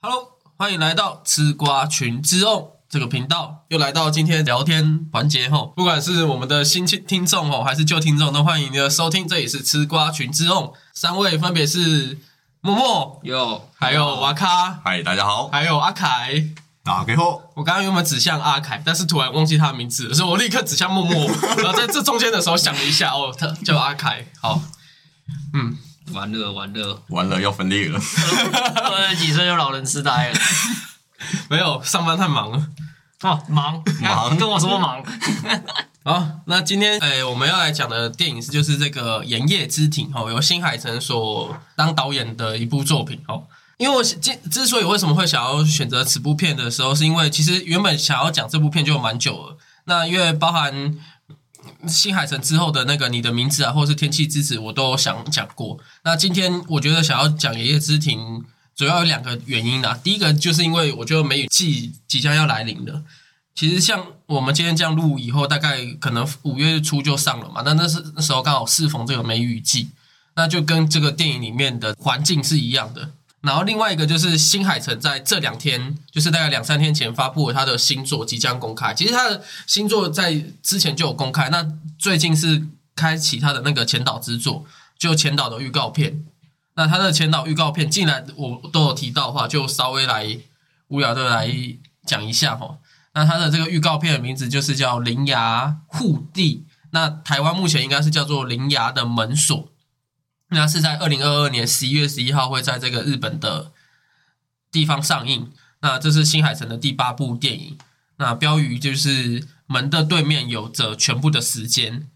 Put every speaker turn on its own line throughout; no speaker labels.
Hello，欢迎来到吃瓜群之哦这个频道，又来到今天聊天环节吼。不管是我们的新听听众吼，还是旧听众，都欢迎你的收听。这里是吃瓜群之哦，三位分别是默默，
有，
还有瓦卡，
嗨，大家好，
还有阿凯。
打给后，
我刚刚原本指向阿凯，但是突然忘记他的名字了，所以我立刻指向默默。然后在这中间的时候想了一下，哦，他叫阿凯。好，
完了完了，
完了要分裂 了，
二十几岁就老人痴呆 了。
没有上班太忙了。
哦，忙
忙
跟我说 忙，
好，那今天诶、我们要来讲的电影是就是这个《盐业之庭》哦，由新海诚所当导演的一部作品哦。因为我之之所以为什么会想要选择此部片的时候，是因为其实原本想要讲这部片就蛮久了。那因为包含新海诚之后的那个《你的名字》啊，或者是《天气之子》，我都想讲过。那今天我觉得想要讲《爷爷之庭》，主要有两个原因啊。第一个就是因为我觉得梅雨季即将要来临了。其实像我们今天这样录以后，大概可能五月初就上了嘛。那那是那时候刚好适逢这个梅雨季，那就跟这个电影里面的环境是一样的。然后另外一个就是新海诚在这两天，就是大概两三天前发布了他的新作即将公开。其实他的新作在之前就有公开，那最近是开启他的那个前导之作，就前导的预告片。那他的前导预告片，既然我都有提到的话，就稍微来无聊的来讲一下哈。那它的这个预告片的名字就是叫《铃芽护地》，那台湾目前应该是叫做《铃芽的门锁》，那是在二零二二年十一月十一号会在这个日本的地方上映。那这是新海诚的第八部电影，那标语就是“门的对面有着全部的时间”。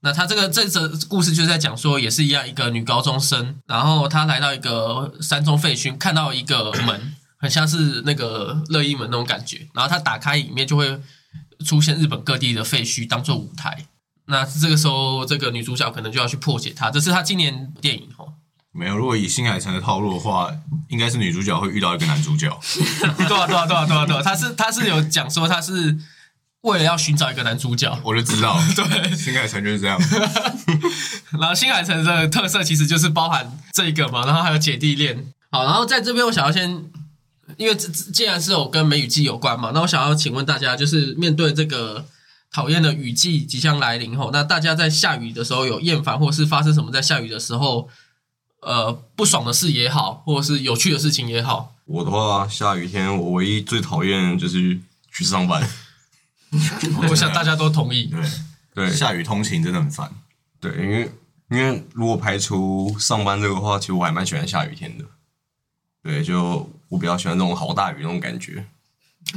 那他这个这则故事就是在讲说，也是一样，一个女高中生，然后她来到一个呃山中废墟，看到一个呃门，很像是那个乐衣门那种感觉，然后她打开里面就会出现日本各地的废墟当做舞台。那这个时候，这个女主角可能就要去破解它，这是她今年电影哦。
没有。如果以新海诚的套路的话，应该是女主角会遇到一个男主角，
对啊，对啊，对啊，对啊，对啊，她是她是有讲说她是为了要寻找一个男主角，
我就知道， 对，新海诚就是这样，
然后新海诚的特色其实就是包含这个嘛，然后还有姐弟恋。好，然后在这边我想要先，因为这这既然是有跟梅雨季有关嘛，那我想要请问大家，就是面对这个讨厌的雨季即将来临后，那大家在下雨的时候有厌烦，或是发生什么在下雨的时候，呃，不爽的事也好，或者是有趣的事情也好，
我的话，下雨天我唯一最讨厌的就是去上班，
我想大家都同意。
对对，下雨通勤真的很烦，对，因为因为如果排除上班这个话，其实我还蛮喜欢下雨天的，对，就我比较喜欢那种好大雨那种感觉，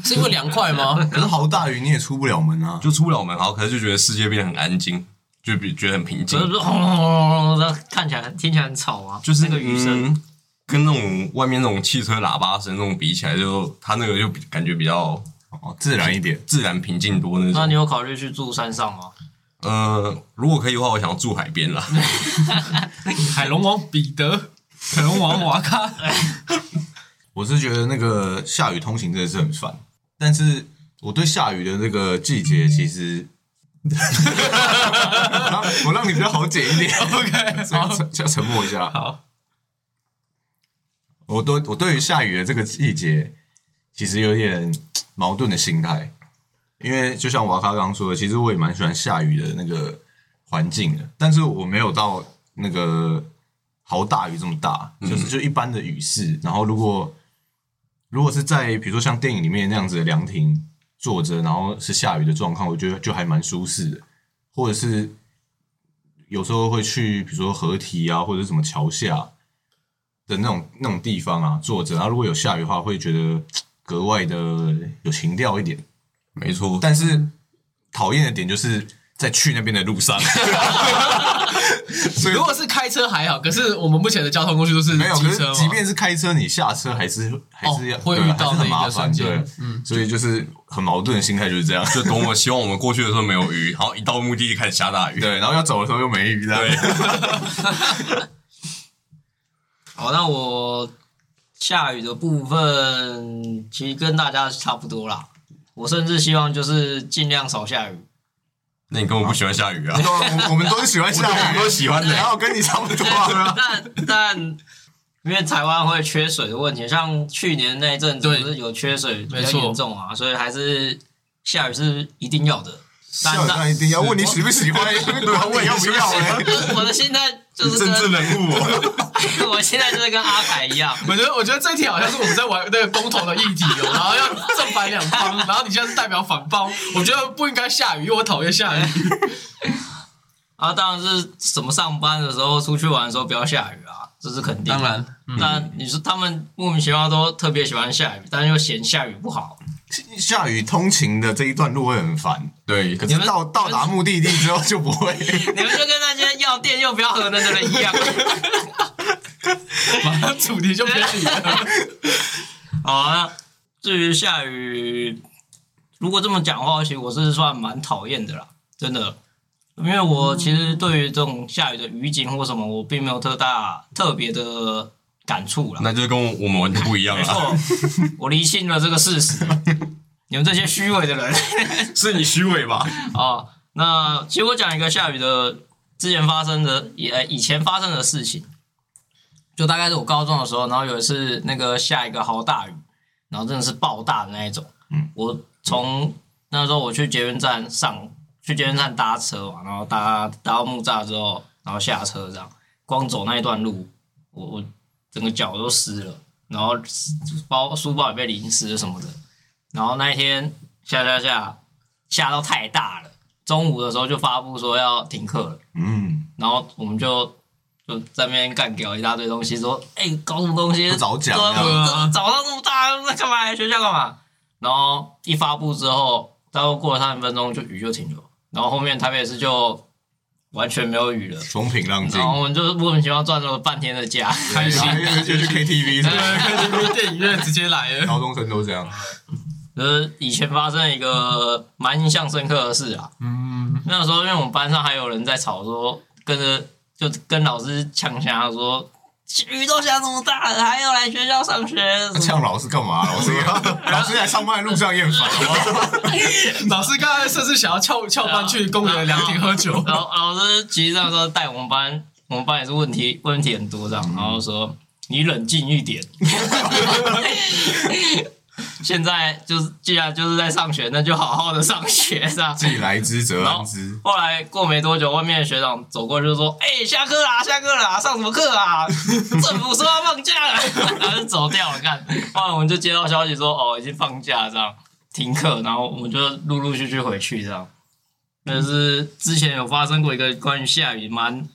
是因为凉快吗？
可是好大雨你也出不了门啊！
就出不了门，好，可是就觉得世界变得很安静，就比觉得很平静
就是，轰轰轰轰的，看起来听起来很吵啊，
就是
那个雨声。
嗯跟那种外面那种汽车喇叭声那种比起来就，它那个就比感觉比较
哦，自然一点。
自然平静多那
那
种。
你有考虑去住山上吗？
呃，如果可以的话，我想要住海边啦。
海龙王彼 得，海龙王瓦卡，
我是觉得那个下雨通行真的是很烦，但是我对下雨的那个季节其实， 我让你比较好解一点。OK，要 沉默一下。
好，
我对我对于下雨的这个季节，其实有点矛盾的心态，因为就像瓦卡刚刚说的，其实我也蛮喜欢下雨的那个环境的，但是我没有到那个豪大雨这么大，就是就一般的雨势。然后如果如果是在比如说像电影里面那样子的凉亭坐着，然后是下雨的状况，我觉得就还蛮舒适的，或者是。有时候会去，比如说河堤啊，或者是什么桥下，的那种那种地方啊坐着，然后如果有下雨的话，会觉得格外的有情调一点。
没错，
但是讨厌的点就是在去那边的路 上，所以
如果是开车还好，可是我们目前的交通工具都是
没有。
机
可
车嘛
是即便是开车，你下车还是还是要、
哦会
对啊
遇
还是
到那
很
一
麻
个瞬
烦，
间
对，嗯，所以就是很矛盾的心态就是这样。
就懂我希望我们过去的时候没有雨，然后一到目的地开始下大雨。
对，然后要走的时候又没雨，这样
对，
好，那我下雨的部分其实跟大家差不多啦。我甚至希望就是尽量少下雨，
那你根本不喜欢下雨啊？
我我们都是喜欢下雨，啊
我都喜欢的
然后跟你差不多啊。
但但因为台湾会缺水的问题，像去年那一阵子
对
不是有缺水比
没
较
错
严重啊，所以还是下雨是一定要的。但
校长一定要问你喜不喜欢， 对啊，问你要不要哎，
但我的心态就是
政治
跟
人物 哦。
我现在就是跟阿凯一样，
我觉得，我觉得这题好像是我们在玩那个公投的议题哦，然后要正反两 方，然后你现在是代表反方，我觉得不应该下雨，因为我讨厌下 雨。
啊，当然是什么上班的时候、出去玩的时候不要下雨啊，这是肯定的。
当然，
那你说他们莫名其妙都特别喜欢下雨，但又嫌下雨不好，
下雨通勤的这一段路会很烦，
对，
可
可
是
是
们
到到达目的地之后就不会。
你们就跟那些要电又不要核能的人一样。
马上主题就偏离了。
好啊，至于下雨，如果这么讲的话，其实我是算蛮讨厌的啦，真的，因为我其实对于这种下雨的雨景或什么，我并没有特大特别的感触啦。
那就跟我们玩的不一样啊
没
了。
错，我厘清了这个事实。你们这些虚伪的人
是你虚伪吧？
哦，那其实我讲一个下雨的之前发生的，以呃以前发生的事情，就大概是我高中的时候，然后有一次那个下一个好大雨，然后真的是爆大的那一种。嗯，我从那时候我去捷运站上去捷运站搭车嘛，然后搭搭到木栅之后，然后下车这样，光走那一段路，我我整个脚都湿了，然后包书包也被淋湿什么的。然后那一天下下下下到太大了，中午的时候就发布说要停课了，
嗯，
然后我们就就在那边干掉一大堆东西，说哎、搞什么东西
不早讲
对
啊
这这早上那么大在干嘛？来学校干嘛？然后一发布之后，大概过了三十分钟就雨就停了，然后后面台北市就完全没有雨了。
风平浪静啊
然，后我们就莫名其妙赚了半天的假，
开心，又又去 KTV 是吧？
对，电影院直接来了。
高中生都这样，
就是以前发生一个蛮印象深刻的事啊。
嗯，
那时候因为我们班上还有人在吵说，跟着就跟老师呛下说，雨都下这么大了，还要来学校上学，什么
呛老师干嘛？啊老师也 老师在上班的路上也很烦，好不好
老师刚才甚至想要翘翘班去公园凉亭喝酒。
然后老师其实那时候带我们班，我们班也是问题问题很多这样，然后说你冷静一点。 现在就是既然就是在上学，那就好好的上学这样。
既来之则
然后
安之。
后来过没多久，外面的学长走过就说：“哎、下课啦，下课啦，上什么课啊？政府说要放假了。” 然后就走掉了。看，后来我们就接到消息说：“哦，已经放假了这样，停课。”然后我们就陆陆续续回去这样。那是之前有发生过一个关于下雨蛮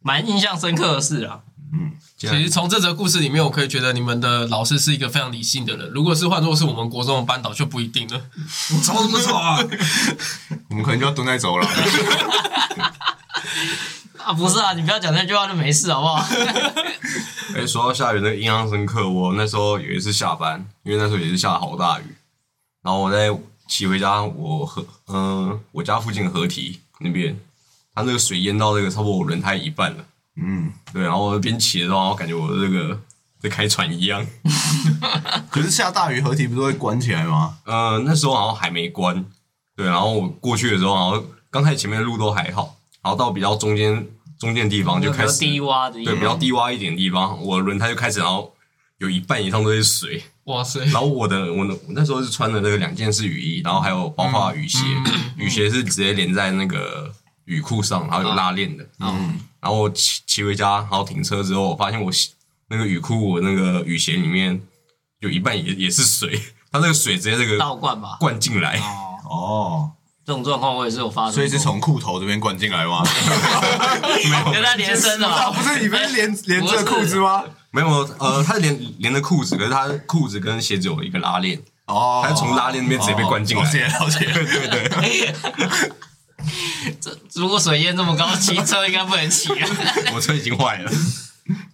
蛮印象深刻的事啊。
其实从这则故事里面，我可以觉得你们的老师是一个非常理性的人。如果是换作是我们国中的班导，就不一定了。
吵什么吵啊？
我们可能就要蹲在走廊，
啊，不是啊，你不要讲那句话就没事好不好？
哎，说到下雨，那个印象深刻。我那时候有一次下班，因为那时候也是下好大雨，然后我在骑回家，我河，嗯、我家附近的河堤那边，它那个水淹到那个差不多我轮胎一半了。
嗯。
对，然后我边骑的时候，然后感觉我这个在开船一样。
可是下大雨，河堤不是会关起来吗？
呃，那时候好像还没关，对，然后我过去的时候，然后刚才前面的路都还好，然后到比较中间中间的地方就开
比较
始
低洼的意思，
对比较低洼一点的地方，我轮胎就开始，然后有一半以上都 是水，
哇塞，
然后我的我的我那时候是穿的那个两件式雨衣，然后还有包括雨鞋，
嗯
雨鞋是直接连在那个雨裤上，然后有拉链的，
嗯
然后我骑骑回家，然后停车之后，我发现我洗那个雨裤我那个雨鞋里面有一半也也是水，它那个水直接这个
倒灌吧。
灌进来。
哦，
哦，
这种状况我也是有发生过，
所以是从裤头这边灌进来 吗？
跟他连身的吧？
不是你不是连连这裤子吗？
没有，呃，它连连着裤子，可是它裤子跟鞋子有一个拉 链，
哦，
它是从拉链那边直接被灌进来。
了解了解，
对对对，
这如果水淹这么高，骑车应该不能骑啊。
我车已经坏了。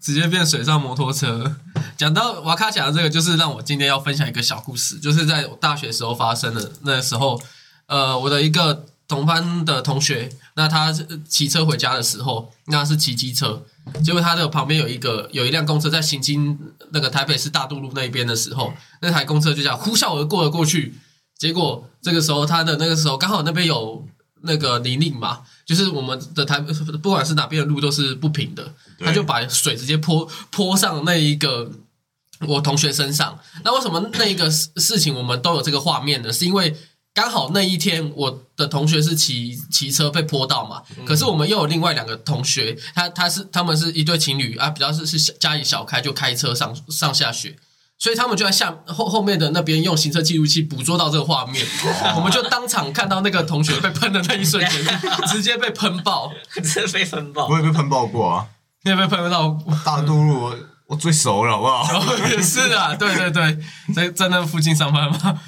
直接变水上摩托车。讲到瓦卡讲的这个，就是让我今天要分享一个小故事，就是在我大学时候发生的。那时候，呃，我的一个同班的同学，那他是骑车回家的时候，那是骑机车，结果他的旁边有一个有一辆公车在行经那个台北市大渡路那边的时候，那台公车就这样呼啸而过了过去。结果这个时候，他的那个时候刚好那边有那个泥泞嘛，就是我们的台不管是哪边的路都是不平的，
对
他就把水直接泼泼上那一个我同学身上。那为什么那一个事事情我们都有这个画面呢？是因为刚好那一天我的同学是骑骑车被泼到嘛，可是我们又有另外两个同学，他他是他们是一对情侣啊，比较是是小家里小开就开车上上下学。所以他们就在下后后面的那边用行车记录器捕捉到这个画面，我们就当场看到那个同学被喷的那一瞬间，直接被喷爆，
这被分爆。
我也被喷爆过啊，
你也被喷到
大渡路我我最熟了，好不好？
也是啊，对对对，在在那附近上班嘛，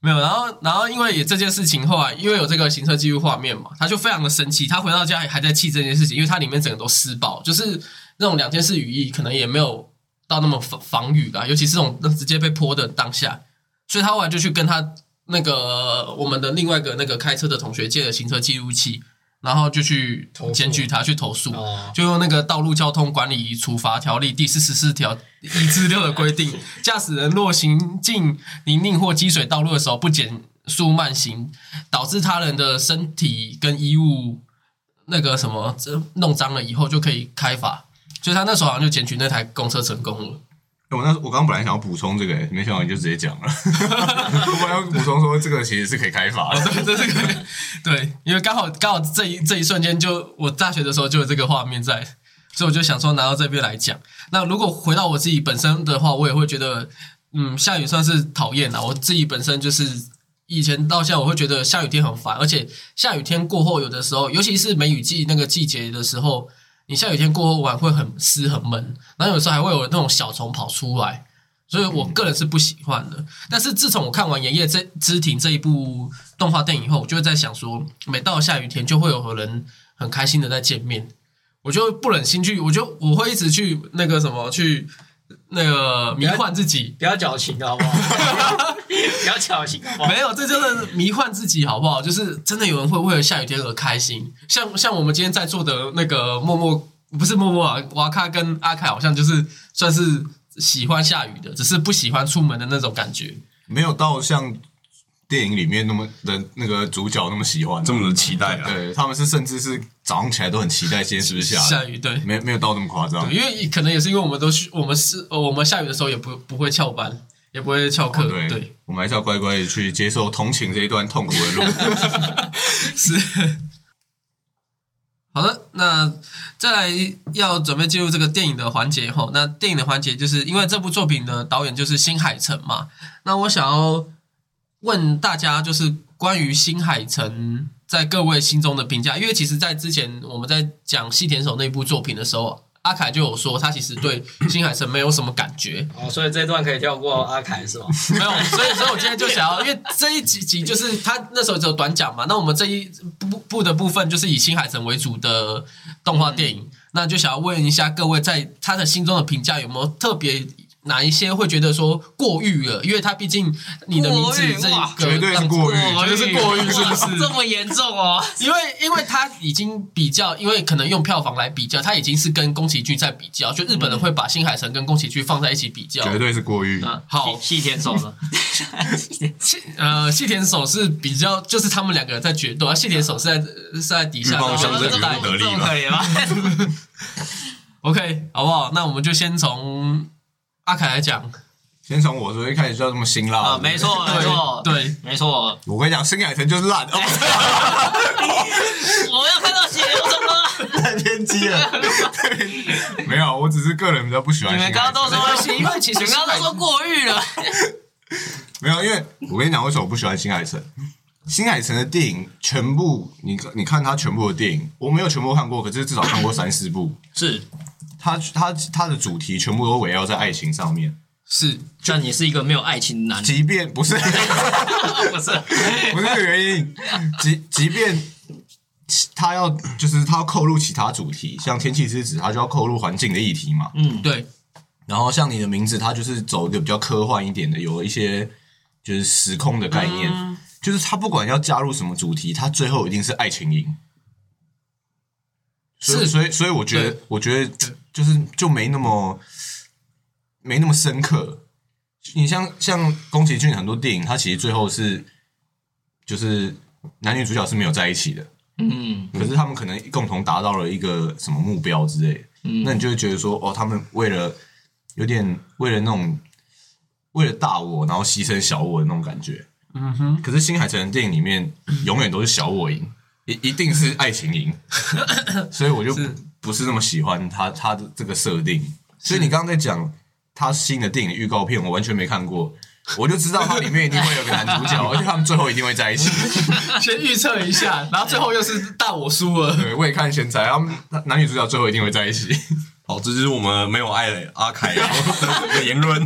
没有。然后然后因为也这件事情，后来因为有这个行车记录画面嘛，他就非常的生气，他回到家还在气这件事情，因为他里面整个都湿爆，就是那种两件式雨衣可能也没有到那么防防雨啦，尤其是这种直接被泼的当下，所以他后来就去跟他那个我们的另外一个那个开车的同学借了行车记录器。然后就去
投诉
检举他，去投诉，
哦
就用那个《道路交通管理处罚条例》第四十四条一至六的规定，驾驶人若行进泥泞或积水道路的时候不减速慢行，导致他人的身体跟衣物那个什么这弄脏了以后，就可以开罚。所以他那时候好像就检举那台公车成功了。
欸我那我刚刚本来想要补充这个、欸，没想到你就直接讲了。 我本来要补充说这个其实是可以开发的，
对，这是个对，因为刚好刚好这一这一瞬间就我大学的时候就有这个画面在，所以我就想说拿到这边来讲。那如果回到我自己本身的话，我也会觉得，嗯，下雨算是讨厌啦。我自己本身就是以前到现在，我会觉得下雨天很烦，而且下雨天过后，有的时候，尤其是梅雨季那个季节的时候，你下雨天过后玩会很湿很闷，然后有时候还会有那种小虫跑出来。所以我个人是不喜欢的。但是自从我看完《炎夜这之庭》这一部动画电影后，我就会在想说，每到下雨天就会有人很开心的在见面，我就不忍心去，我就我会一直去那个什么去那个迷幻自己。
不要矫情好不 好？不要矫情好不好？
没有，这就是迷幻自己，好不好？就是真的有人会为了下雨天而开心，像像我们今天在座的那个默默，不是默默啊，瓦卡跟阿凯好像就是算是喜欢下雨的，只是不喜欢出门的那种感觉。
没有到像电影里面那么的那个主角那么喜欢。
这么的期待啊！
对，他们是甚至是早上起来都很期待今天是不是下
下
雨，
雨，对，
没没有到那么夸张。
啊因为可能也是因为我们都去，我们是呃我们下雨的时候也不不会翘班，也不会翘
哦
课，
哦对，
对，
我们还是要乖乖的去接受同情这一段痛苦的 路。
是。好的，那再来要准备进入这个电影的环节后，那电影的环节就是因为这部作品的导演就是新海诚嘛，那我想要问大家就是关于新海诚在各位心中的评价，因为其实，在之前我们在讲细田守那部作品的时候，阿凯就有说他其实对新海诚没有什么感觉，
哦，所以这段可以跳过阿 凯是吗？
没有，所以所以我今天就想要，因为这一集集就是他那时候只有短讲嘛，那我们这一部部的部分就是以新海诚为主的动画电影，那就想要问一下各位，在他的心中的评价有没有特别哪一些会觉得说过誉了？因为他毕竟你的名字
过誉
这一
哇
个
绝对是
让
过誉
绝对是过誉，是不
哇
是
这？么严重哦？
因为因为他已经比较，因为可能用票房来比较，他已经是跟宫崎骏在比较，就日本人会把新海诚跟宫崎骏放在一起比较，
绝对是过誉，
啊
好
细细田守呢？
细呃细田守是比较，就是他们两个人在决斗，啊而细田守是在呃是在底下
鹬蚌
然后
相争
在
鹬
带
蚌得利吧
这么可怜吗？
OK，好不好？那我们就先从阿凯来讲，
先从我说一开始就要这么辛辣
啊，
对
没
不对
错，没错，
对对
没错。
我跟你讲，新海诚就是烂，哦，
我要看到血流成河。
太偏激 了。没有，我只是个人比较不喜欢
你
新海
们刚
诚。
刚都
没关系
说，
因为其实
你们刚刚都说过誉了。
没有，因为我跟你讲，为什么我不喜欢新海诚？新海诚的电影全部，你你看他全部的电影，我没有全部看过，可是至少看过三四部。
是，
他他他的主题全部都围绕在爱情上面，
是
但你是一个没有爱情的男人，
即便不 是
不是？
不是这个原因，即即便他要就是他要扣入其他主题，像天气之子，他就要扣入环境的议题嘛。
嗯，
对
然后像你的名字，它就是走一个比较科幻一点的，有一些就是时空的概
嗯
念，就是它不管要加入什么主题，它最后一定是爱情赢。所以
是
所以所以我觉得
对，
我觉得就是就没那么没那么深刻。你像像宫崎骏很多电影，它其实最后是就是男女主角是没有在一起的，
嗯
可是他们可能共同达到了一个什么目标之类的，
嗯
那你就会觉得说，哦，他们为了有点为了那种为了大我，然后牺牲小我的那种感觉。
嗯哼，
可是新海诚的电影里面永远都是小我赢，一一定是爱情赢，所以我就是不是那么喜欢他他的这个设定。所以你刚刚在讲他新的电影预告片，我完全没看过，我就知道它里面一定会有个男主角，而且他们最后一定会在一起。
先预测一下，然后最后又是大我输了。
对，我也看贤才，他们男女主角最后一定会在一起。
好，这就是我们没有爱的阿凯啊 的言论。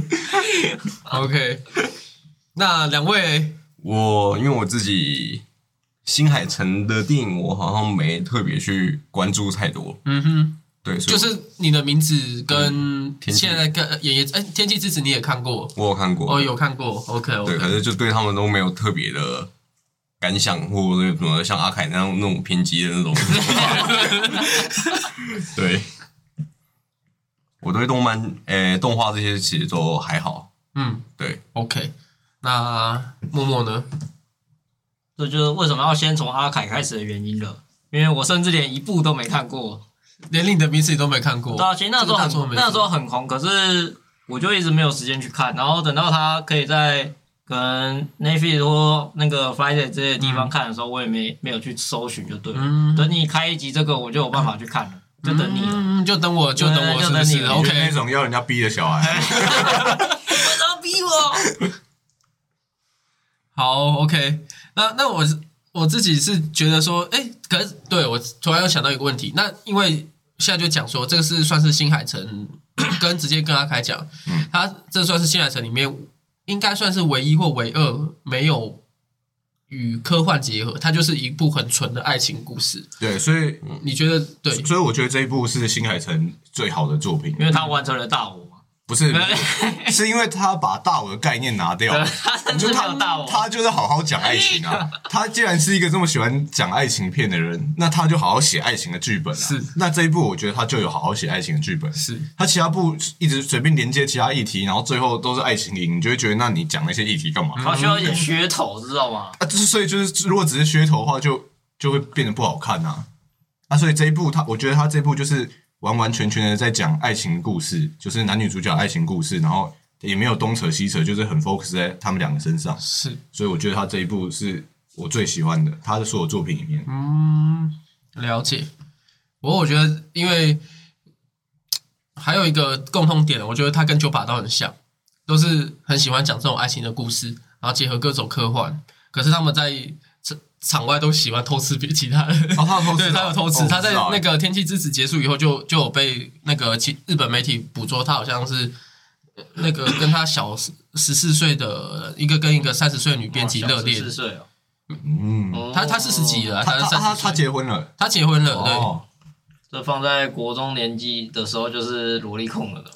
OK，那两位
我因为我自己新海诚的电影，我好像没特别去关注太多。嗯哼，对，所以
就
我
是你的名字跟
天气
现在跟演员哎，天气之子你也看过
我有看过，
哦，有看过。OK
对，可
OK，
是就对他们都没有特别的感想，或者什么像阿凯那样那种偏激的那种。 对，我对动漫、诶、动画这些其实都还好。
嗯
对，
OK，那默默呢？
这就是为什么要先从阿凯开始的原因了，因为我甚至连一部都没看过。
连你的名字你都没看过
对，啊，其实那时
这
候
个大作
很
没
那
错
时候很红，可是我就一直没有时间去看。然后等到他可以在跟 Netflix 或那个 Friday 这些地方看的时候，我也没没有去搜寻，就对了。
嗯，
等你开一集这个，我就有办法去看了，就等你了。
嗯，就等我，就等我，
对
是不
就等
是
你
你就 是那
？OK，
种要人家逼的小孩，
为什么逼我？
好，OK，那那我是我自己是觉得说，哎、可是对我突然又想到一个问题，那因为现在就讲说，这个是算是新海诚 跟直接跟阿凯讲，
嗯
他这算是新海诚里面应该算是唯一或唯二没有与科幻结合，它就是一部很纯的爱情故事。
对，所以
你觉得对？
所以我觉得这一部是新海诚最好的作品
因，为他完成了大我嘛，
不 是
对
是因为他把大我的概念拿掉，
他甚
你
至
就
没
他
有大我。
他就是好好讲爱情 啊！他既然是一个这么喜欢讲爱情片的人，那他就好好写爱情的剧本啊。
是，
那这一部我觉得他就有好好写爱情的剧本。
是
他其他部一直随便连接其他议题，然后最后都是爱情赢，你就会觉得那你讲那些议题干嘛？
他需要一点噱头，知道吗？
啊，就是所以就是，如果只是噱头的话就，就会变得不好看啊。啊，所以这一部他，我觉得他这一部就是完完全全的在讲爱情故事，就是男女主角爱情故事，然后也没有东扯西扯，就是很 focus 在他们两个身上。
是，
所以我觉得他这一部是我最喜欢的，他的所有作品里面。
嗯，了解。不过我觉得，因为还有一个共通点，我觉得他跟九把刀很像，都是很喜欢讲这种爱情的故事，然后结合各种科幻。可是他们在场场外都喜欢偷吃别其他 人。
哦，他有偷吃啊，
对他有偷吃，
哦
他在
我
那
不知道
个《天气之子》结束以后就，就有被那个其日本媒体捕捉，他好像是呃那个跟他小十四岁的一个跟一个三十岁的女 编辑热恋
四，岁哦
嗯，
哦，
他他四十几了，
他
他
他他
三十
他
岁，
结婚了，
他结婚了，对，
哦，
这放在国中年纪的时候就是萝莉控了的。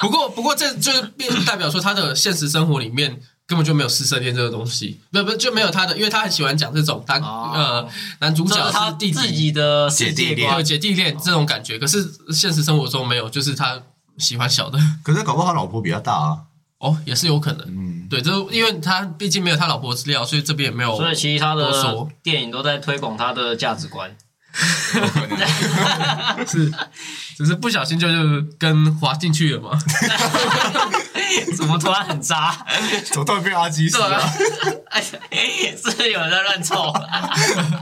不过，不过这就是变代表说他的现实生活里面根本就没有师生恋这个东西，不不就没有他的，因为他很喜欢讲这种男、
哦
呃男主
这
角
是他
呃是弟
自
弟
己的世
姐
界
弟恋
呃
观，
姐弟恋这种感觉，可是现实生活中没有，就是他喜欢小的
可是搞不好他老婆比较大啊，
哦，也是有可能。
嗯，
对，这因为他毕竟没有他老婆资料，所以这边也没有。
所以其实他
多
的
说
电影都在推广他的价值 观。
有可能
是只是不小心就就跟滑进去了嘛。
怎么突然 很渣？
怎么突然变阿基斯
对
了？
啊， 是不是有人在 乱凑？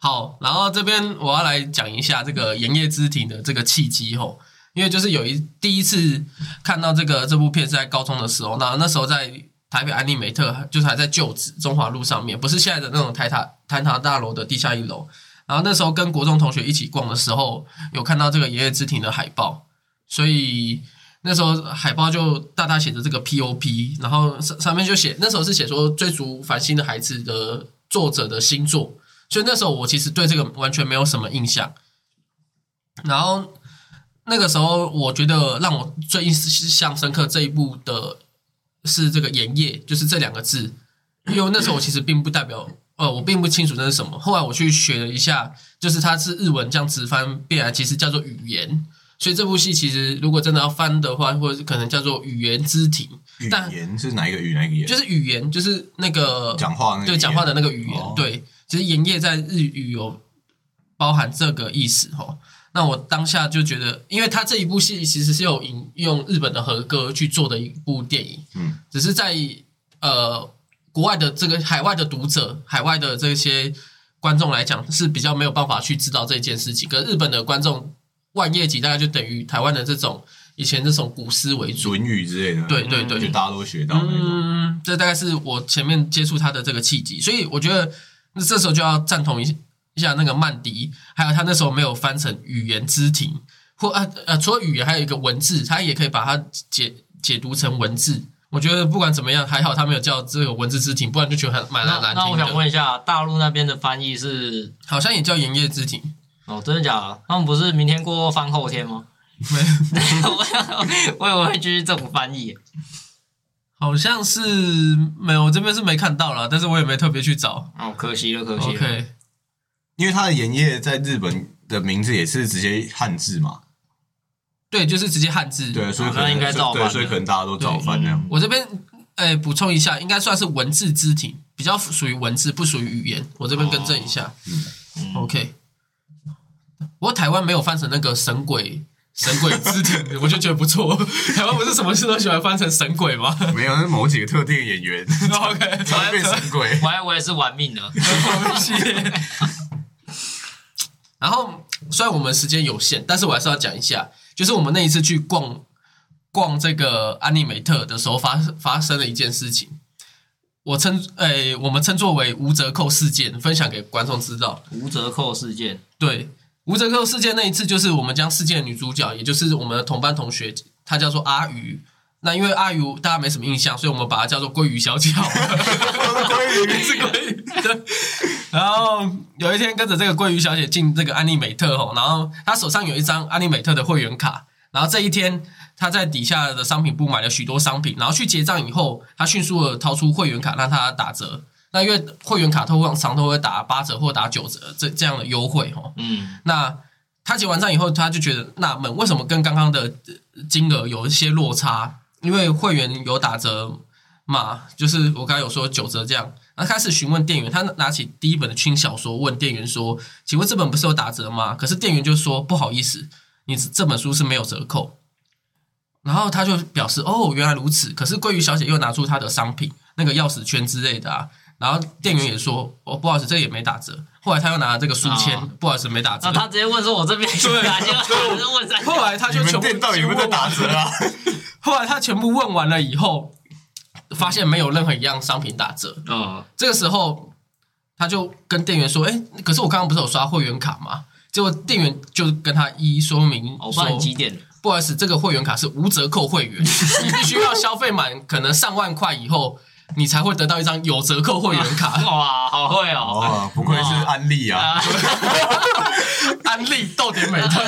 好，然后这边我要来讲一下这个《盐业之庭》的这个契机吼，因为就是有一第一次看到这个这部片是在高中的时候，那那时候在台北安利美特，就是还在旧址中华路上面，不是现在的那种台塔台塔大楼的地下一楼。然后那时候跟国中同学一起逛的时候，有看到这个《盐业之庭》的海报，所以那时候海报就大大写着这个 POP，然后上上面就写那时候是写说追逐繁星的孩子的作者的星座。所以那时候我其实对这个完全没有什么印象。然后那个时候，我觉得让我最印象深刻这一部的是这个“盐业”，就是这两个字，因为那时候我其实并不代表，呃，我并不清楚那是什么。后来我去学了一下，就是它是日文这样直翻变来，其实叫做语言。所以这部戏其实如果真的要翻的话，或者是可能叫做语言之庭，
语
但
言是哪一个语？哪一个言？
就是语言，就是那个
讲话那个
对
言
讲话的那个语言。
哦
对，其实盐业在日语有包含这个意思哦。那我当下就觉得，因为他这一部戏其实是有引用日本的和歌去做的一部电影，
嗯，
只是在呃国外的这个海外的读者、海外的这些观众来讲是比较没有办法去知道这件事情，可是日本的观众万叶集大概就等于台湾的这种以前这种古诗为主。
《论语》之类的，
对对对
就大家都学到那种。
嗯，这大概是我前面接触他的这个契机，所以我觉得那这时候就要赞同一下一下那个曼迪，还有他那时候没有翻成语言之庭，或呃呃，除了语言还有一个文字，他也可以把它解解读成文字。我觉得不管怎么样，还好他没有叫这个文字之庭，不然就觉得很蛮
那
难难
那
听
我想
的。
问一下，大陆那边的翻译是
好像也叫盐业之庭，
哦，真的假的？他们不是明天过后翻后天吗？ 我想我以为会继续这种翻译。
好像是没有，我这边是没看到啦，但是我也没特别去找。
哦，可惜了，可惜了。
OK，
因为他的盐业在日本的名字也是直接汉字嘛，
对，就是直接汉字。
对，所以
那
可能
应该照翻
对，
的
所以可能大家都照翻那样。
我这边哎补充一下，应该算是文字肢体，比较属于文字，不属于语言。我这边更正一下。
嗯
OK，不过台湾没有翻成那个神鬼。神鬼之体，我就觉得不错。 台湾不是什么事都喜欢翻成神鬼吗
没有，那某几个特定的演员
？OK，
才会变神鬼。
我还我也是玩命的。
然后虽然我们时间有限，但是我还是要讲一下，就是我们那一次去逛逛这个安利美特的时候发发生了一件事情，我称诶、我们称作为无折扣事件，分享给观众知道。
无折扣事 件，
对，无折扣事件那一次，就是我们将事件的女主角，也就是我们的同班同学，她叫做阿鱼。那因为阿鱼大家没什么印象，所以我们把她叫做鲑鱼小姐好了。
鲑鱼
是鲑鱼。对。然后有一天跟着这个鲑鱼小姐进这个安利美特吼，然后她手上有一张安利美特的会员卡，然后这一天她在底下的商品部买了许多商品，然后去结账以后，她迅速的掏出会员卡让她打折。那因为会员卡通常都会打八折或打九折这这样的优惠哦吼，
嗯，
那他结完账以后，他就觉得纳闷，为什么跟刚刚的呃金额有一些落差？因为会员有打折嘛，就是我刚才有说九折这样。然后开始询问店员，他拿起第一本的轻小说，问店员说：“请问这本不是有打折吗？”可是店员就说：“不好意思，你这本书是没有折扣。”然后他就表示：“哦，原来如此。”可是鲑鱼小姐又拿出她的商品，那个钥匙圈之类的啊。然后店员也说：“哦，不好意思，这个也没打折。”后来他又拿了这个书签，
哦
不好意思，没打折。
那他直接问说：“我这边有哪些？”我问三
后来他
你
就全
们
部
店到底有没有在打折啊？
后来他全部问完了以后，发现没有任何一样商品打折。
哦，
这个时候，他就跟店员说：“哎、可是我刚刚不是有刷会员卡吗？”结果店员就跟他一一说明
哦
哦
我
说
帮你几点了？：“
不好意思，这个会员卡是无折扣会员，你必须要消费满可能上万块以后，你才会得到一张有折扣会员卡。”
哇，好会 哦！
哦，不愧是安利啊！
啊，
安利逗点美特。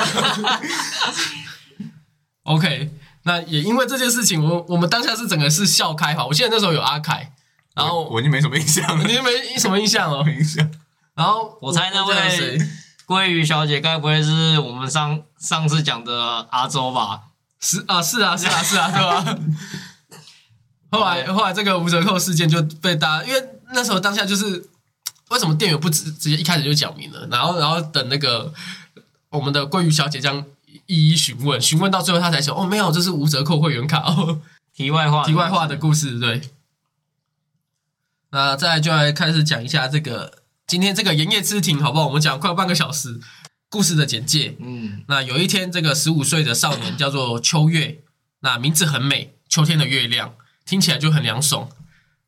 OK，那也因为这件事情，我我们当下是整个是笑开哈。我记得那时候有阿凯，然
我
后
我已经没什么印象了，
你没什么印象哦
没。印象。
然后
我猜那
我记得有
位
谁
鲑鱼小姐该不会是我们上上次讲的阿周吧？
是啊，是啊，是啊，是啊，对 吧？后来后来这个无折扣事件就被大家，因为那时候当下就是为什么店员不直直接一开始就讲明了，然后然后等那个我们的鲑鱼小姐这样一一询问，询问到最后她才说哦没有，这是无折扣会员卡哦。
题外话，
题外话的故事，对。那再来就来开始讲一下这个今天这个盐业之庭，好不好？我们讲快半个小时，故事的简介。
嗯，
那有一天，这个十五岁的少年叫做秋月，那名字很美，秋天的月亮，听起来就很凉爽。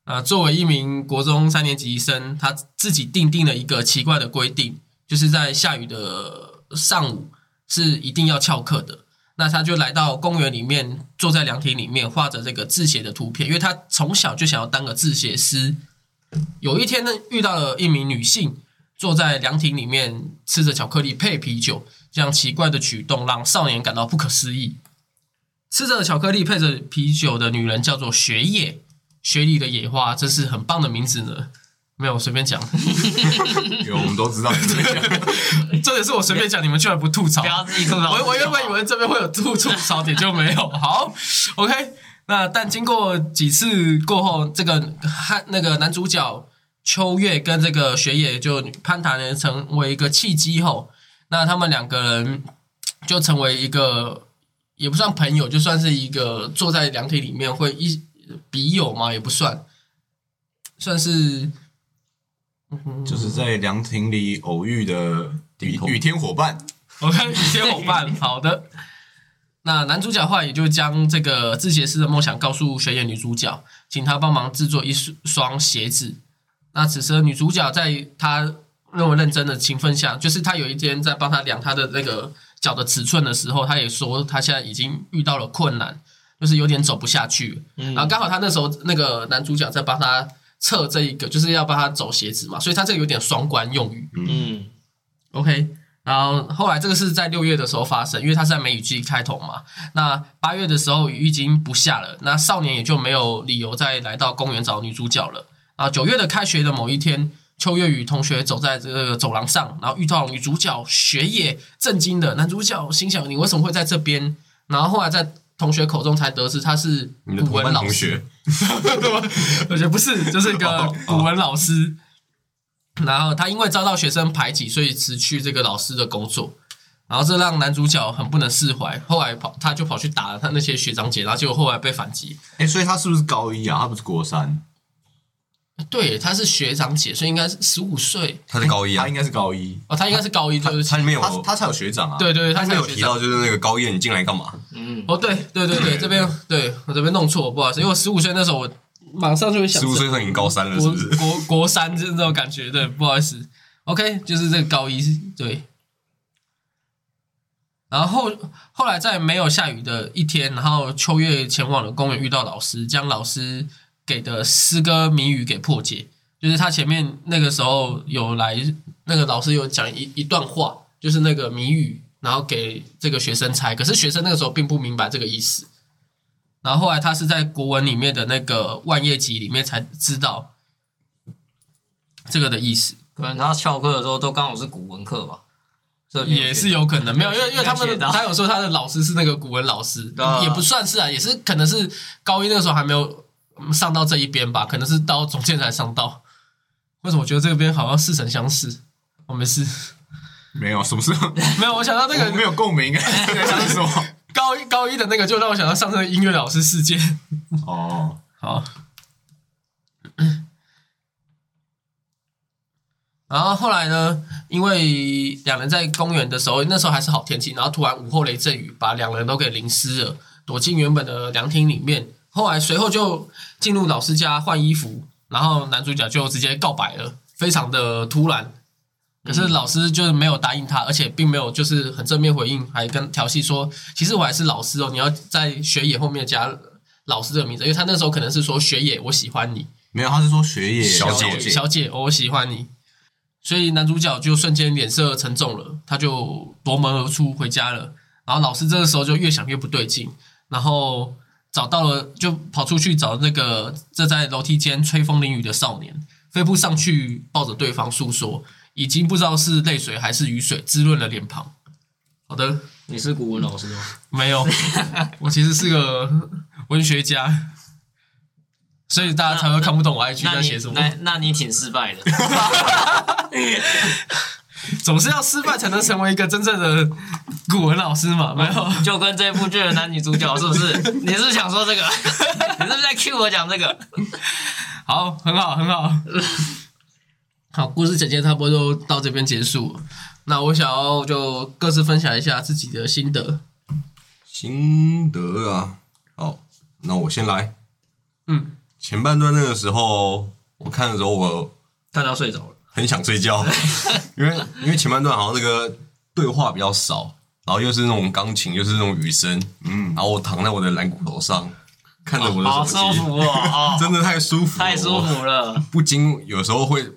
啊，作为一名国中三年级生，他自己定定了一个奇怪的规定，就是在下雨的上午是一定要翘课的。那他就来到公园里面，坐在凉亭里面画着这个字写的图片，因为他从小就想要当个字写师。有一天呢，遇到了一名女性，坐在凉亭里面吃着巧克力配啤酒，这样奇怪的举动让少年感到不可思议。吃着巧克力配着啤酒的女人叫做雪野，雪里的野花，真是很棒的名字呢。没有，我随便讲。
因为我们都知道你在讲，
重点是我随便讲，你们居然不吐槽
不。要自己吐槽。
我我原本以为这边会有吐吐槽点，就没有。好，OK。那但经过几次过后，这个汉那个男主角秋月跟这个雪野就攀谈了成为一个契机后，那他们两个人就成为一个也不算朋友，就算是一个坐在凉亭里面会一笔友嘛，也不算，算是嗯
就是在凉亭里偶遇的雨雨天伙伴，
我看一些伙伴。好的，那男主角话也就将这个制鞋师的梦想告诉学野女主角，请她帮忙制作一双鞋子。那此时女主角在她认为认真的情分下，就是她有一天在帮她量她的那个脚的尺寸的时候，她也说她现在已经遇到了困难，就是有点走不下去了。
嗯
然后刚好他那时候那个男主角在帮她测这一个，就是要帮她走鞋子嘛，所以他这个有点双关用语。
嗯
OK，然后后来这个是在六月的时候发生，因为它是在梅雨季开头嘛。那八月的时候雨已经不下了，那少年也就没有理由再来到公园找女主角了。啊，九月的开学的某一天，秋月与同学走在这个走廊上，然后遇到女主角雪野，震惊的男主角心想：你为什么会在这边？然后后来在同学口中才得知他是
你的
古
同
文
班
老
同
师。
学，
我觉得不是，就是一个
哦
古文老师。然后他因为遭到学生排挤，所以辞去这个老师的工作。然后这让男主角很不能释怀。后来跑，他就跑去打他那些学长姐，然后结果后来被反击。
哎，所以他是不是高一啊？他不是国三，
对，他是学长姐，所以应该是十五岁
他是高一啊
他应，该是高一，
哦，他应该是高一，
他
对不起
他。里面
他
有
他才有学长啊，，
对对对，
他
他
里
是
面有
学
提
长。
到就是那个高一，你进来干嘛？
嗯，
哦，对对对对，这边对我这边弄错，不好意思，因为我十五岁那时候我马上就会想
十五岁时候已经高三了，是
国
不是？
国国三这种感觉，对，不好意思，OK，就是这个高一对。然后后来在没有下雨的一天，然后秋月前往了公园，遇到老师，将老师给的诗歌谜语给破解。就是他前面那个时候有来，那个老师有讲一一段话，就是那个谜语，然后给这个学生猜，可是学生那个时候并不明白这个意思。然后后来他是在国文里面的那个万叶集里面才知道这个的意思，
可能他翘课的时候都刚好是古文课吧，这边
也是有可能没有，因为因为他
了解
们
到
他有说他的老师是那个古文老师，
啊
也不算是啊，也是可能是高一那个时候还没有嗯上到这一边吧，可能是到总监才上到。为什么我觉得这边好像似曾相识？我、没事，
没有什么时候
没有，我想到那
我没
个
有 共鸣，在想什么？
高一高一的那个，就让我想到上次的音乐老师事件。
哦，
好。 然后后来呢？因为两人在公园的时候，那时候还是好天气，然后突然午后雷阵雨，把两人都给淋湿了，躲进原本的凉亭里面。后来随后就进入老师家换衣服，然后男主角就直接告白了，非常的突然。可是老师就是没有答应他，而且并没有就是很正面回应，还跟调戏说：“其实我还是老师哦，你要在学野后面加老师的名字，因为他那时候可能是说学野我喜欢你，
没有，他是说学业
小姐
小姐哦我喜欢你，所以男主角就瞬间脸色沉重了，他就夺门而出回家了。然后老师这个时候就越想越不对劲，然后找到了就跑出去找那个这在楼梯间吹风淋雨的少年，飞步上去抱着对方诉说，已经不知道是泪水还是雨水滋润了脸庞。好的，
你是古文老师吗？
没 有，我其实是个文学家，所以大家才会看不懂我 IG
那
在
你
写什么。
那那你挺失败的，
总是要失败才能成为一个真正的古文老师
哦
嘛？没有，
就跟这部剧的男女主角是不是？你是不是想说这个？ 你是不是在 cue 我讲这个？
好，很好，很 好。好，故事简介差不多就到这边结束了。那我想要就各自分享一下自己的心 得。
心得啊，好，那我先来。
嗯，
前半段那个时候，我看的时候我
看到睡着了，
很想 睡觉，因为因为前半段好像那个对话比较少，然后又是那种钢琴，又是那种雨声，嗯，然后我躺在我的蓝骨头上，看着我的
好
手机，
舒服哦，哦，
真的太舒服了，
太舒服了。
不禁有时候会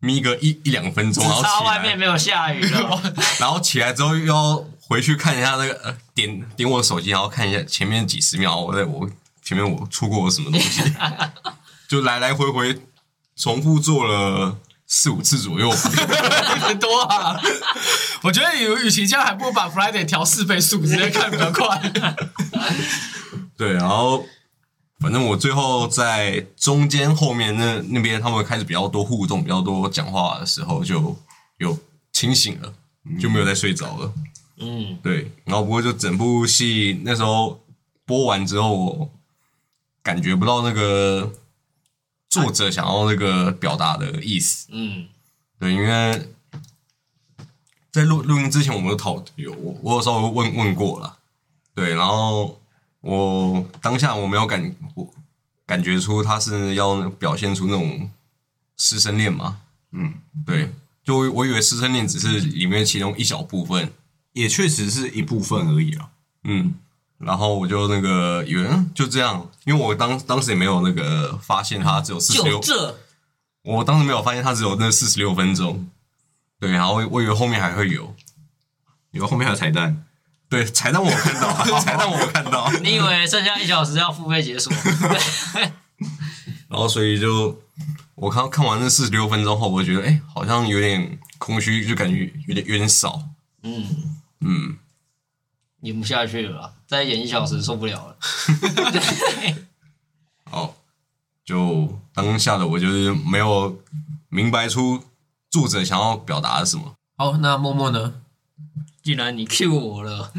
眯个一一两分钟，
只
然后
差
起
外面
来，
没有下雨了，
然后起来之后又要回去看一下那个呃点点我的手机，然后看一下前面 几十秒，我在我前面我错过了什么东西，就来来回回重复做了四五次左右吧。
很多啊。 我觉得与与其这样，还不如把 Friday 调四倍速，直接看比较快。
对，然后反正我最后在中间后面那那边，他们开始比较多互动、比较多讲话的时候，就有清醒了，就没有再睡着了。
嗯，
对，然后不过就整部戏那时候播完之后，我感觉不到那个作者想要那个表达的意思。
嗯，
对，因为在录录音之前，我们有讨有我我有稍微问问过了，对，然后我当下我没有感我感觉出他是要表现出那种师生恋嘛，嗯，对，就我我以为师生恋只是里面其中一小部分，
也确实是一部分而已啊。
嗯，然后我就那个以为嗯就这样，因为我当当时也没有那个发现他只有四十
就
六，
这，
我当时没有发现他只有那四十六分钟，对，然后我以为后面还会有。
有后面还有 彩蛋，
对，彩蛋我有看到， 彩蛋我有看到，
你以为剩下一小时要付费解锁？
然后所以就我看看完那四十六分钟后，我觉得哎、诶好像有点空虚，就感觉有点有点少，
嗯，
嗯，
演不下去了，再演一小时受不了 了。
好，就当下的我就是没有明白出作者想要表达的什么，
好，那默默呢？
既然你 Q 我了，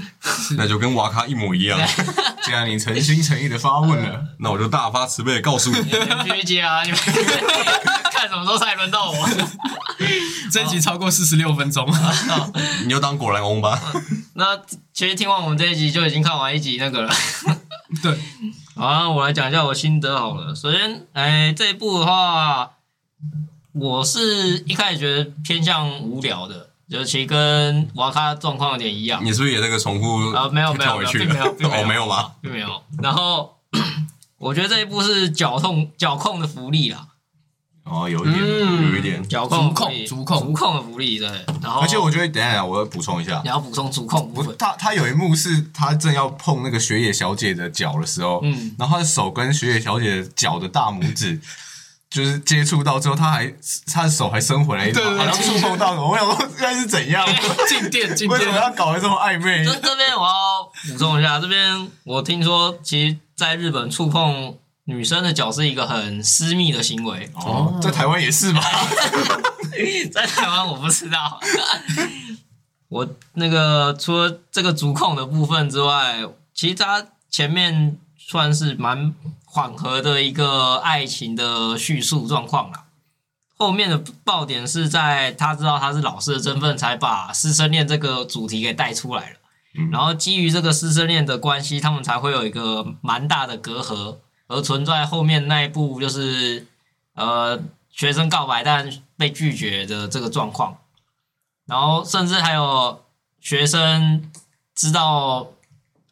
那就跟瓦卡一模一样，
既然你诚心诚意的发问了，
那我就大发慈悲的告诉 你，
你们继续接啊！你们 看什么时候才轮到我？
这集超过四十六分 钟，
你就当果然翁吧，
那其实听完我们这一集就已经看完一集那个了。
对，
好啊，我来讲一下我心得好了。首先，哎，这一部的话，我是一开始觉得偏向无聊的，就是其实跟瓦卡状况有点一样
你是不是也那个重复
啊，没有没有
跳
没
回
有，
去
并没有
了？
并没有
哦，没 有吗？
并没有。然后我觉得这一部是脚痛脚控的福利啦，
哦，有一点。
嗯
有一点，
脚控的福利
足控足控
足控的福利对。然后
而且我觉得，等一下我要补充一下
你，要补充足控部
我
分，
他他有一幕是他正要碰那个雪野小姐的脚的时候，
嗯
然后他的手跟雪野小姐的脚的大拇指 就是接触到之后，他还他的手还伸回来一把，
对对对
好像触碰到什么，我想说现在是 怎样？
静电静
为什么
电，
要搞得这么暧昧？
这这边我要补充一下，这边我听说，其实在日本触碰女生的脚是一个很私密的行为，
哦，在台湾也是吧？
在台湾我不知道。 我那个除了这个足控的部分之外，其实它前面算是蛮缓和的一个爱情的叙述状况啦。后面的爆点是在他知道他是老师的身份，才把师生恋这个主题给带出来了。然后基于这个师生恋的关系，他们才会有一个蛮大的隔阂，而存在后面那一部就是呃学生告白但被拒绝的这个状况，然后甚至还有学生知道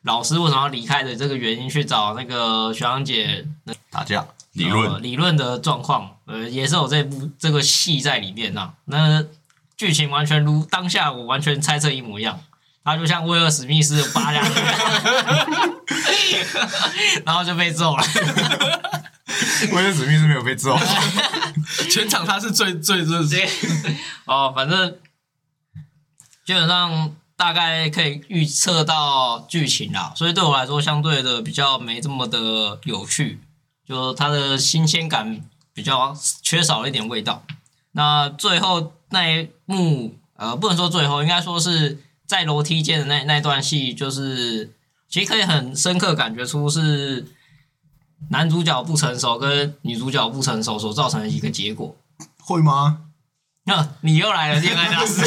老师为什么要离开的这个原因去找那个学长姐
打架，
理
呃
论
理论的状况，呃，也是有这部这个戏在里面啊。那剧情完全如当下我完全猜测一模一样，他就像威尔史密斯扒下 去，然后就被揍了。
威尔史密斯没有被揍，
全场他是最最最
对，哦，反正基本上大概可以预测到剧情啦，所以对我来说相对的比较没这么的有趣，就它的新鲜感比较缺少了一点味道。那最后那一幕，呃，不能说最后，应该说是在楼梯间的那那一段戏，就是其实可以很深刻感觉出是男主角不成熟跟女主角不成熟所造成的一个结果。
会吗？ 哦
啊，你又来了，恋爱大师，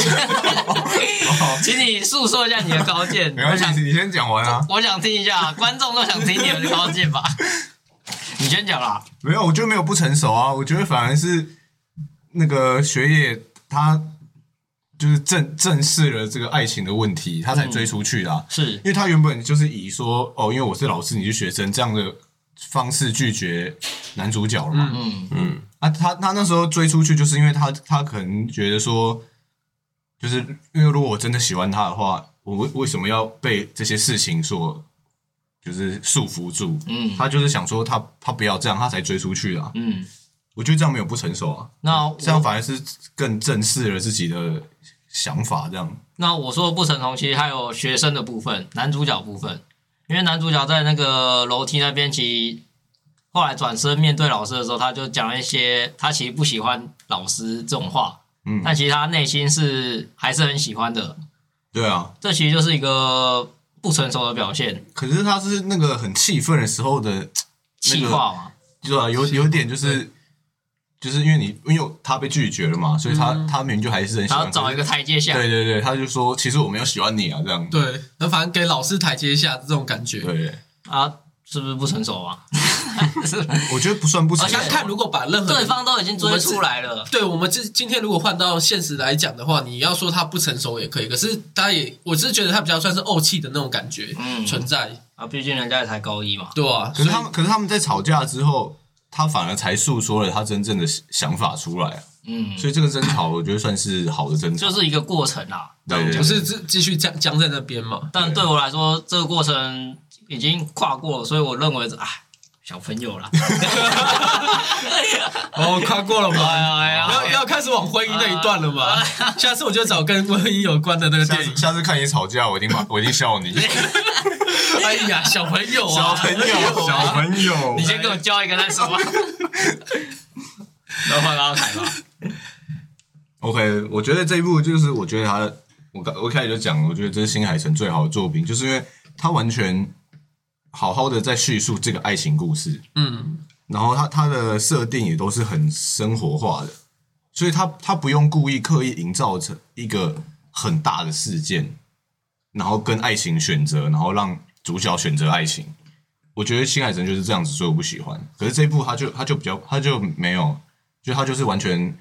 请你诉说一下你的高见。
没关系
我想，
你先讲完啊。
我想听一下，观众都想听你的高见 吧。你先讲啦，
没有，我觉得没有不成熟啊，我觉得反而是那个学业他就是正正视了这个爱情的问题，他才追出去啊啦、
是
因为他原本就是以说哦，因为我是老师，你是学生这样的方式拒绝男主角了嘛。
嗯
嗯，
啊，他他那时候追出去，就是因为他他可能觉得说，就是因为如果我真的喜欢他的话，我为为什么要被这些事情所就是束缚住？
嗯
他就是想说他他不要这样，他才追出去啊。
嗯
我觉得这样没有不成熟啊，
那我
这样反而是更正视了自己的想法，这样
那我说的不成熟，其实还有学生的部分，男主角部分，因为男主角在那个楼梯那边，其实后来转身面对老师的时候，他就讲了一些他其实不喜欢老师这种话，
嗯
但其实他内心是还是很喜欢的，
对啊。
这其实就是一个不成熟的表现，
可是他是那个很气愤的时候的，那
气
个
话嘛，
对啊，有有点就是。就是因为你，因为他被拒绝了嘛，所以他、他明明就还是很喜
然
欢
后找一
个，
个台阶下，
对对对，他就说其实我没有喜欢你啊，这样，
对，那反正给老师台阶下这种感觉。
对对，
啊，是不是不成熟啊？是
我觉得不算不成
想
熟
想看，如果把任何
对方都已经追出来了，
对我们这今天如果换到现实来讲的话，你要说他不成熟也可以，可是他也，我是觉得他比较算是怄气的那种感觉、
嗯，
存在，
啊，毕竟人家也才高一嘛，
对啊，
可是他
所以
们，可是他们在吵架之后，他反而才诉说了他真正的想法出来啊，
嗯，
所以这个争吵，我觉得算是好的争吵。
就是一个过程啊。
对对
不
对
是继继续僵僵在那边 嘛？
但对我来说，这个过程已经跨过了，所以我认为，哎，小朋友 啦，
哦，跨过了
哎
嘛，
呀哎
要
呀，
要开始往婚姻那一段了嘛？
哎
下次我就找跟婚姻有关的那个
下
电影
次。下次看你吵架，我一定骂，我一定笑 你。
哎呀，小朋友
小
啊，
朋友，
小朋友
你，先给我教一个再说。然后换阿凯吧，
OK，我觉得这一部就是，我觉得他，我刚我一开始就讲了，我觉得这是新海诚最好的作品，就是因为他完全好好的在叙述这个爱情故事，
嗯，
然后他他的设定也都是很生活化的，所以他他不用故意刻意营造成一个很大的事件，然后跟爱情选择，然后让主角选择爱情。我觉得新海诚就是这样子，所以我不喜欢。可是这一部他就他就比较他就没有，就他就是完全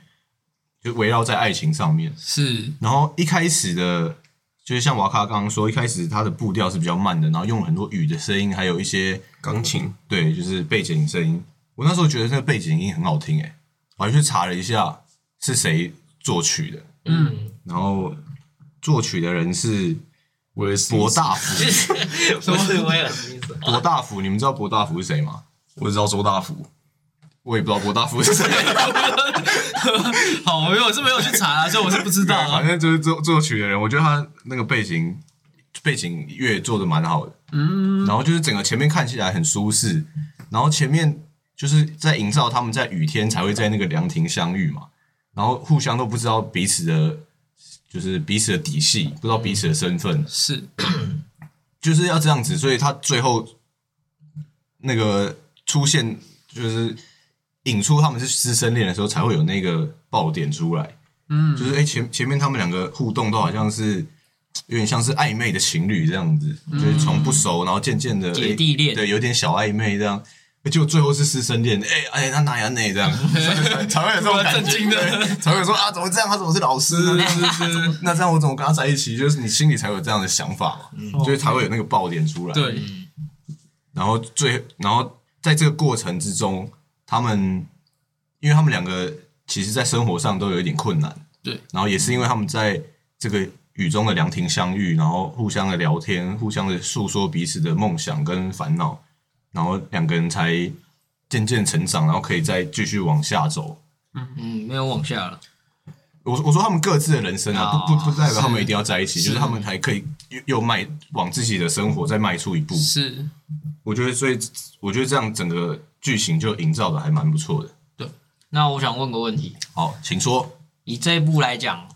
就围绕在爱情上面。
是
然后一开始的，就是像瓦卡刚刚说，一开始他的步调是比较慢的，然后用了很多雨的声音，还有一些
钢琴
对，就是背景声音。我那时候觉得那个背景音很好听诶、欸我还去查了一下是谁作曲的，
嗯，
然后作曲的人是
我也是，
博大福。
不是威尔史密斯，
博大福，你们知道博大福是谁吗？
我只知道周大福，
我也不知道博大福是谁，
好，我有是没有去查、啊，所以我是不知道、啊
反。正就是作作曲的人。我觉得他那个背景背景乐做的蛮好的，嗯，然后就是整个前面看起来很舒适，然后前面就是在营造他们在雨天才会在那个凉亭相遇嘛，然后互相都不知道彼此的，就是彼此的底细，不知道彼此的身份，
是
就是要这样子，所以他最后那个出现就是引出他们是师生恋的时候，才会有那个爆点出来。嗯，就是哎、诶前前面他们两个互动都好像是有点像是暧昧的情侣这样子，就是从不熟，然后渐渐的
姐弟恋
对，有点小暧昧这样。诶结果最后是师生恋，哎、哎，他哪呀哪这样，才才会有这种感
蛮震
觉，
惊的
对才会说啊，怎么这样？他怎么是老师？ 那这样我怎么跟他在一起？就是你心里才有这样的想法嘛，就是才会有那个爆点出来。，
哦对，
然后最然后在这个过程之中，他们因为他们两个其实在生活上都有一点困难，
对，
然后也是因为他们在这个雨中的凉亭相遇，然后互相的聊天，互相的诉说彼此的梦想跟烦恼，然后两个人才渐渐成长，然后可以再继续往下走。
嗯，没有往下了，
我我说他们各自的人生啊，不不不代表他们一定要在一
哦
起，
是
就是他们还可以又又迈往自己的生活再迈出一步。
是，
我觉得，所以我觉得这样整个剧情就营造的还蛮不错的。
那我想问个问题，
好，请说。
以这一部来讲，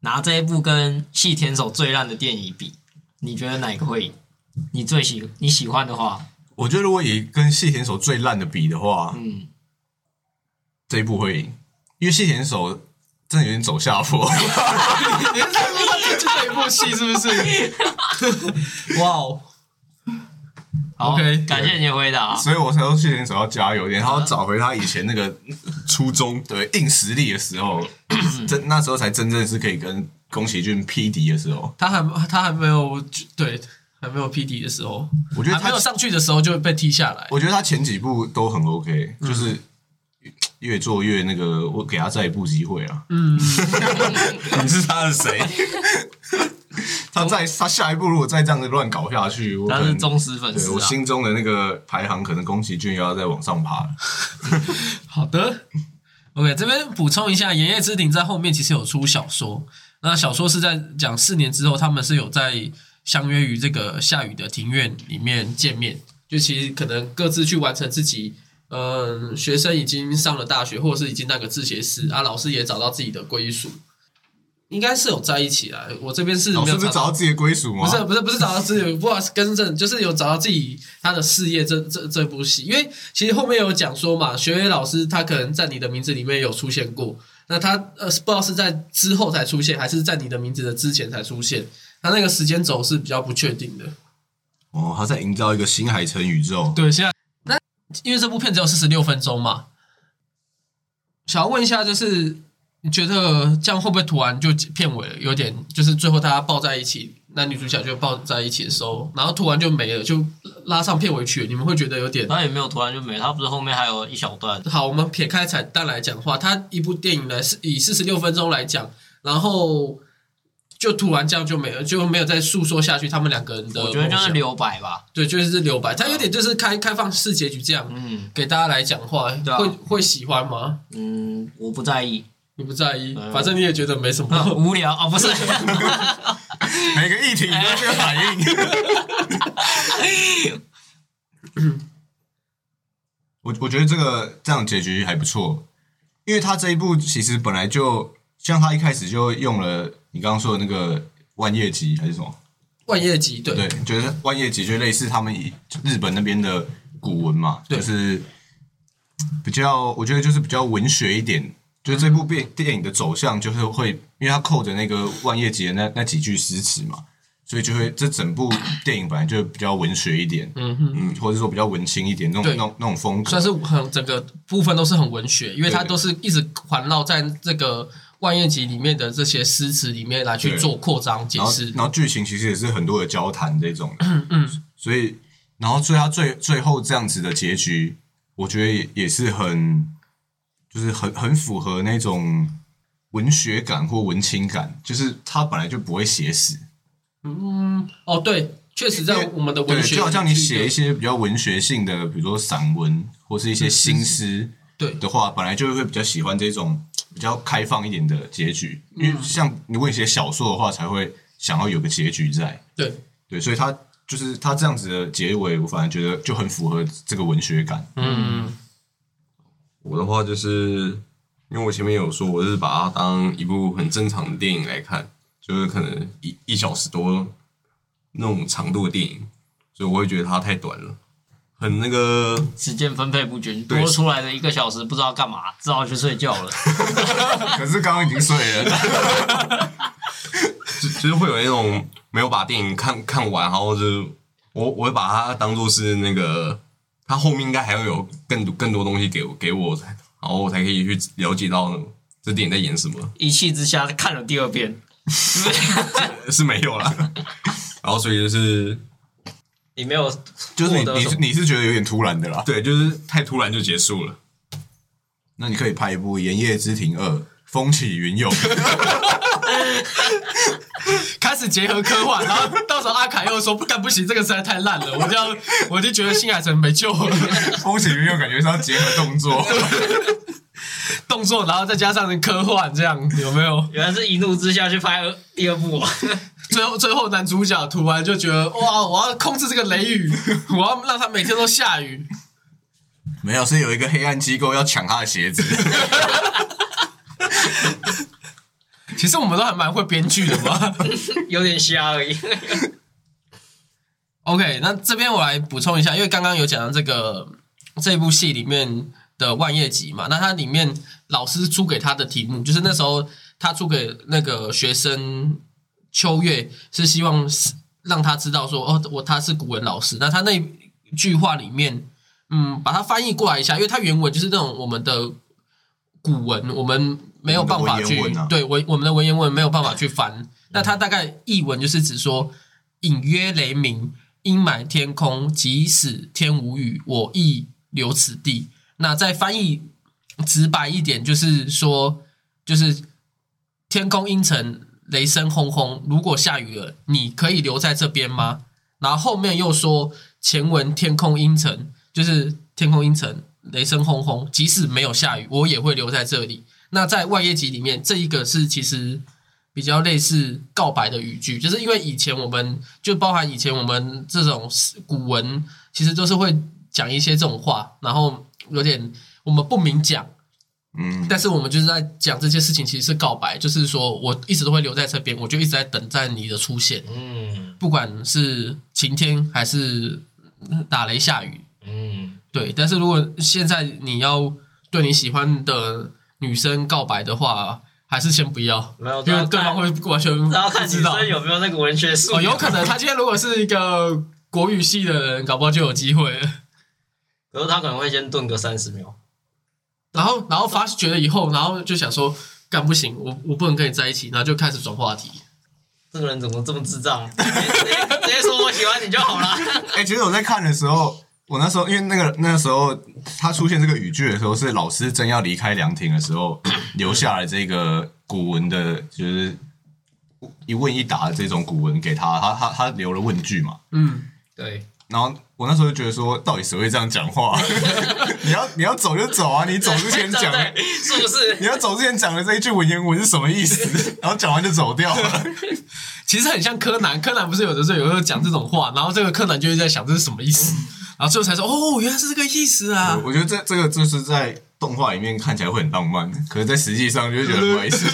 拿这一部跟《细田守》最烂的电影比，你觉得哪一个会赢？你最喜你喜欢的话，
我觉得如果以跟细田守最烂的比的话，
嗯，
这一部会赢，因为细田守真的有点走下坡。
你是在说就这一部戏是不是？ 哇哦，
好
OK
感谢你的回答。
所以我才说谢贤手要加油一点，他要找回他以前那个初衷，对硬实力的时候， 真那时候才真正是可以跟宫崎骏匹敌的时候。
他还他还没有对，还没有 PD 的时候，
我觉得
还没
他
有，上去的时候就被踢下来。
我觉得他前几部都很 OK，就是
嗯
越做越那个，
嗯
我给他再一步机会啊。
你是他的谁？
他再他下一步如果再这样子乱搞下去，我可
他
能
是忠实粉
对
丝
我
啊。
心中的那个排行，可能宫崎骏又要再往上爬了。
好的，OK，这边补充一下，《爷爷之庭》在后面其实有出小说，那小说是在讲四年之后，他们是有在相约于这个下雨的庭院里面见面，就其实可能各自去完成自己。嗯，学生已经上了大学，或者是已经那个自学室啊，老师也找到自己的归属，应该是有在一起啦。我这边是
老
没
师
有
不哦是
查
找
到
到自己的归属吗？
不是不是不是找到自己，不好意思更正，就是有找到自己他的事业这这这部戏，因为其实后面有讲说嘛，学伟老师他可能在你的名字里面有出现过，那他呃不知道是在之后才出现，还是在你的名字的之前才出现，他那个时间轴是比较不确定的。
哦，他在营造一个新海诚宇宙。
对，现在那因为这部片只有四十六分钟嘛，想要问一下，就是你觉得这样会不会突然就片尾了有点，就是最后大家抱在一起，男女主角就抱在一起的时候，然后突然就没了，就拉上片尾曲，你们会觉得有点
他也没有突然就没，他不是后面还有一小段，
好，我们撇开彩蛋来讲的话，它一部电影来是以四十六分钟来讲，然后就突然这样就没了，就没有再诉说下去他们两个人的
我
梦
觉
想。
得就是留白吧。
对，就是留白，它有点就是开开放式结局这样。
嗯
给大家来讲话，
啊
会会喜欢吗？
嗯，我不在意，
你不在意，
哎
嗯
反正你也觉得没什
啊
么。
无聊啊，不是，
每个议题你都这个反应。 我我觉得这个这样结局还不错，因为他这一部其实本来就像他一开始就用了你刚刚说的那个万叶集还是什么，
万叶集对，
对，就是万叶集就类似他们以日本那边的古文嘛，
对
就是比较，我觉得就是比较文学一点。就是这部电电影的走向，就是会因为它扣着那个万叶集的那那几句诗词嘛，所以就会这整部电影本来就比较文学一点，
嗯哼，
嗯，或者说比较文青一点那种
对
那种那种风格
算。是很整个部分都是很文学，因为它
对
都是一直环绕在这个万叶集里面的这些诗词里面来去
对
做扩张解
然后
释。
然后剧情其实也是很多的交谈这种的，嗯嗯，所以然后所以他最最后这样子的结局，我觉得也也是很就是很很符合那种文学感或文青感，就是他本来就不会写死，
嗯，哦，对，确实在我们的
对，
文学，
就好像你写一，些比较文学性的，比如说散文或是一些新诗
对
的话，本来就会比较喜欢这种比较开放一点的结局，因为像如果你写小说的话，才会想要有个结局在。
对，
对，所以他就是他这样子的结尾，我反而觉得就很符合这个文 学感。
嗯，
我的话就是，因为我前面有说，我是把它当一部很正常的电影来看，就是可能一一小时多那种长度的电影，所以我会觉得它太短了，很那个
时间分配不均，
对
多出来的一个小时不知道干嘛，只好去睡觉了。
可是刚刚已经睡 了，
就就是会有那种没有把电影看看完，然后就是我我会把它当做是那个，它后面应该还会有更多更多东西给我给我，才，然后我才可以去了解到这电影在演什么，
一气之下看了第二遍，
是没有啦。 然后所以就是
你没有
就是
获
你
得
你
什
是
么
你是觉得有点突然的啦。
对，就是太突然就结束了。
那你可以拍一部《炎夜之庭二》，风起 云涌，
开始结合科幻，然后到时候阿凯又说不干不行，这个实在太烂了，我就要我就觉得新海诚没救了，
风起云涌感觉是要结合 动作。
动作，然后再加上科幻，这样有没有？
原来是一怒之下去拍第二部啊！
最后最后男主角突然就觉得哇，我要控制这个雷雨，我要让他每天都下雨。
没有，是有一个黑暗机构要抢他的鞋子。
其实我们都还蛮会编剧的嘛。
有点瞎而已。
OK，那这边我来补充一下，因为刚刚有讲到这个这部戏里面的万叶集嘛，那它里面老师出给他的题目，就是那时候他出给那个学生秋月，是希望是让他知道说，哦，我他是古文老师。那他那句话里面，嗯，把它翻译过来一下，因为它原文就是那种我们的古文，我们没有办法去
我们的文言文啊嗯
对文我们的文言文没有办法去翻。那它大概译文就是指说，隐约雷鸣，阴霾天空，即使天无雨，我亦留此地。那再翻译直白一点，就是说，就是天空阴沉，雷声轰轰，如果下雨了，你可以留在这边吗？然后后面又说前文天空阴沉，就是天空阴沉，雷声轰轰，即使没有下雨，我也会留在这里。那在外业集里面，这一个是其实比较类似告白的语句，就是因为以前我们就包含以前我们这种古文，其实都是会讲一些这种话，然后有点我们不明讲，
嗯，
但是我们就是在讲这些事情，其实是告白，就是说我一直都会留在这边，我就一直在等待你的出现，
嗯
不管是晴天还是打雷下雨，
嗯，
对。但是如果现在你要对你喜欢的女生告白的话，还是先不要，
没有，
因为对方会完全
然后看
不
女
知道。
生有没有那个文学
哦，
素养，
有可能他今天如果是一个国语系的人，搞不好就有机会了。
可是他可能会先顿个三十秒。
然后，然后发觉了以后，然后就想说，干不行，我我不能跟你在一起，然后就开始转话题。
这个人怎么这么智 障？啊直接直接说我喜欢你就好了。
哎、其实我在看的时候，我那时候因为那个那时候他出现这个语句的时候，是老师真要离开凉亭的时候留下来这个古文的，就是一问一答的这种古文给他，他他他留了问句嘛。
嗯，
对，
然后我那时候就觉得说，到底谁会这样讲话？ 你要你要走就走啊！你走之前讲的，
对是不
你
是？
要走之前讲的这一句文言文是什么意思？ 然后讲完就走掉了。
其实很像柯南，柯南不是有的时候有时候讲这种话，然后这个柯南就会在想这是什么意思，
嗯
然后最后才说哦，原来是这个意思啊。
我觉得这这个就是在动画里面看起来会很浪漫，可是在实际上就会觉得很白痴。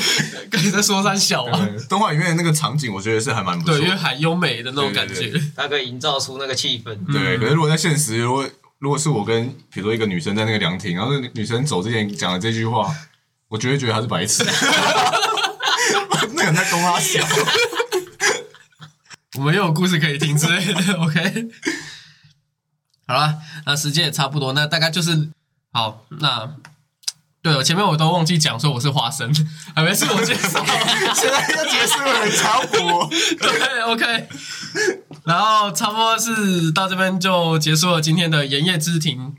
跟你在说三小嘛，
对啊动画里面的那个场景，我觉得是还蛮不错
对，因为
的。
很优美的那种感觉。
对
他可以营造出那个气氛。
嗯
对，可是如果在现实，如果如果是我跟比如说一个女生在那个凉亭，然后那女生走之前讲了这句话，我绝对觉得她是 白痴。 那个人在公她小，
我们又有故事可以听之类的。OK，好啦，那时间也差不多，那大概就是好。那对我前面我都忘记讲说我是花生，还没自我介绍。
现在要结束了，你插 播。
对，OK。然后差不多是到这边就结束了今天的盐业之庭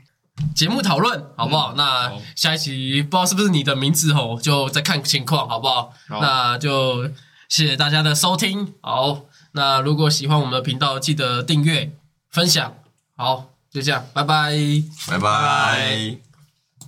节目讨论，好不好？那下一期不知道是不是你的名字吼，就再看情况，好不好？
好
那就谢谢大家的收听。好，那如果喜欢我们的频道，记得订阅、分享。好，就这样，拜拜。
拜拜。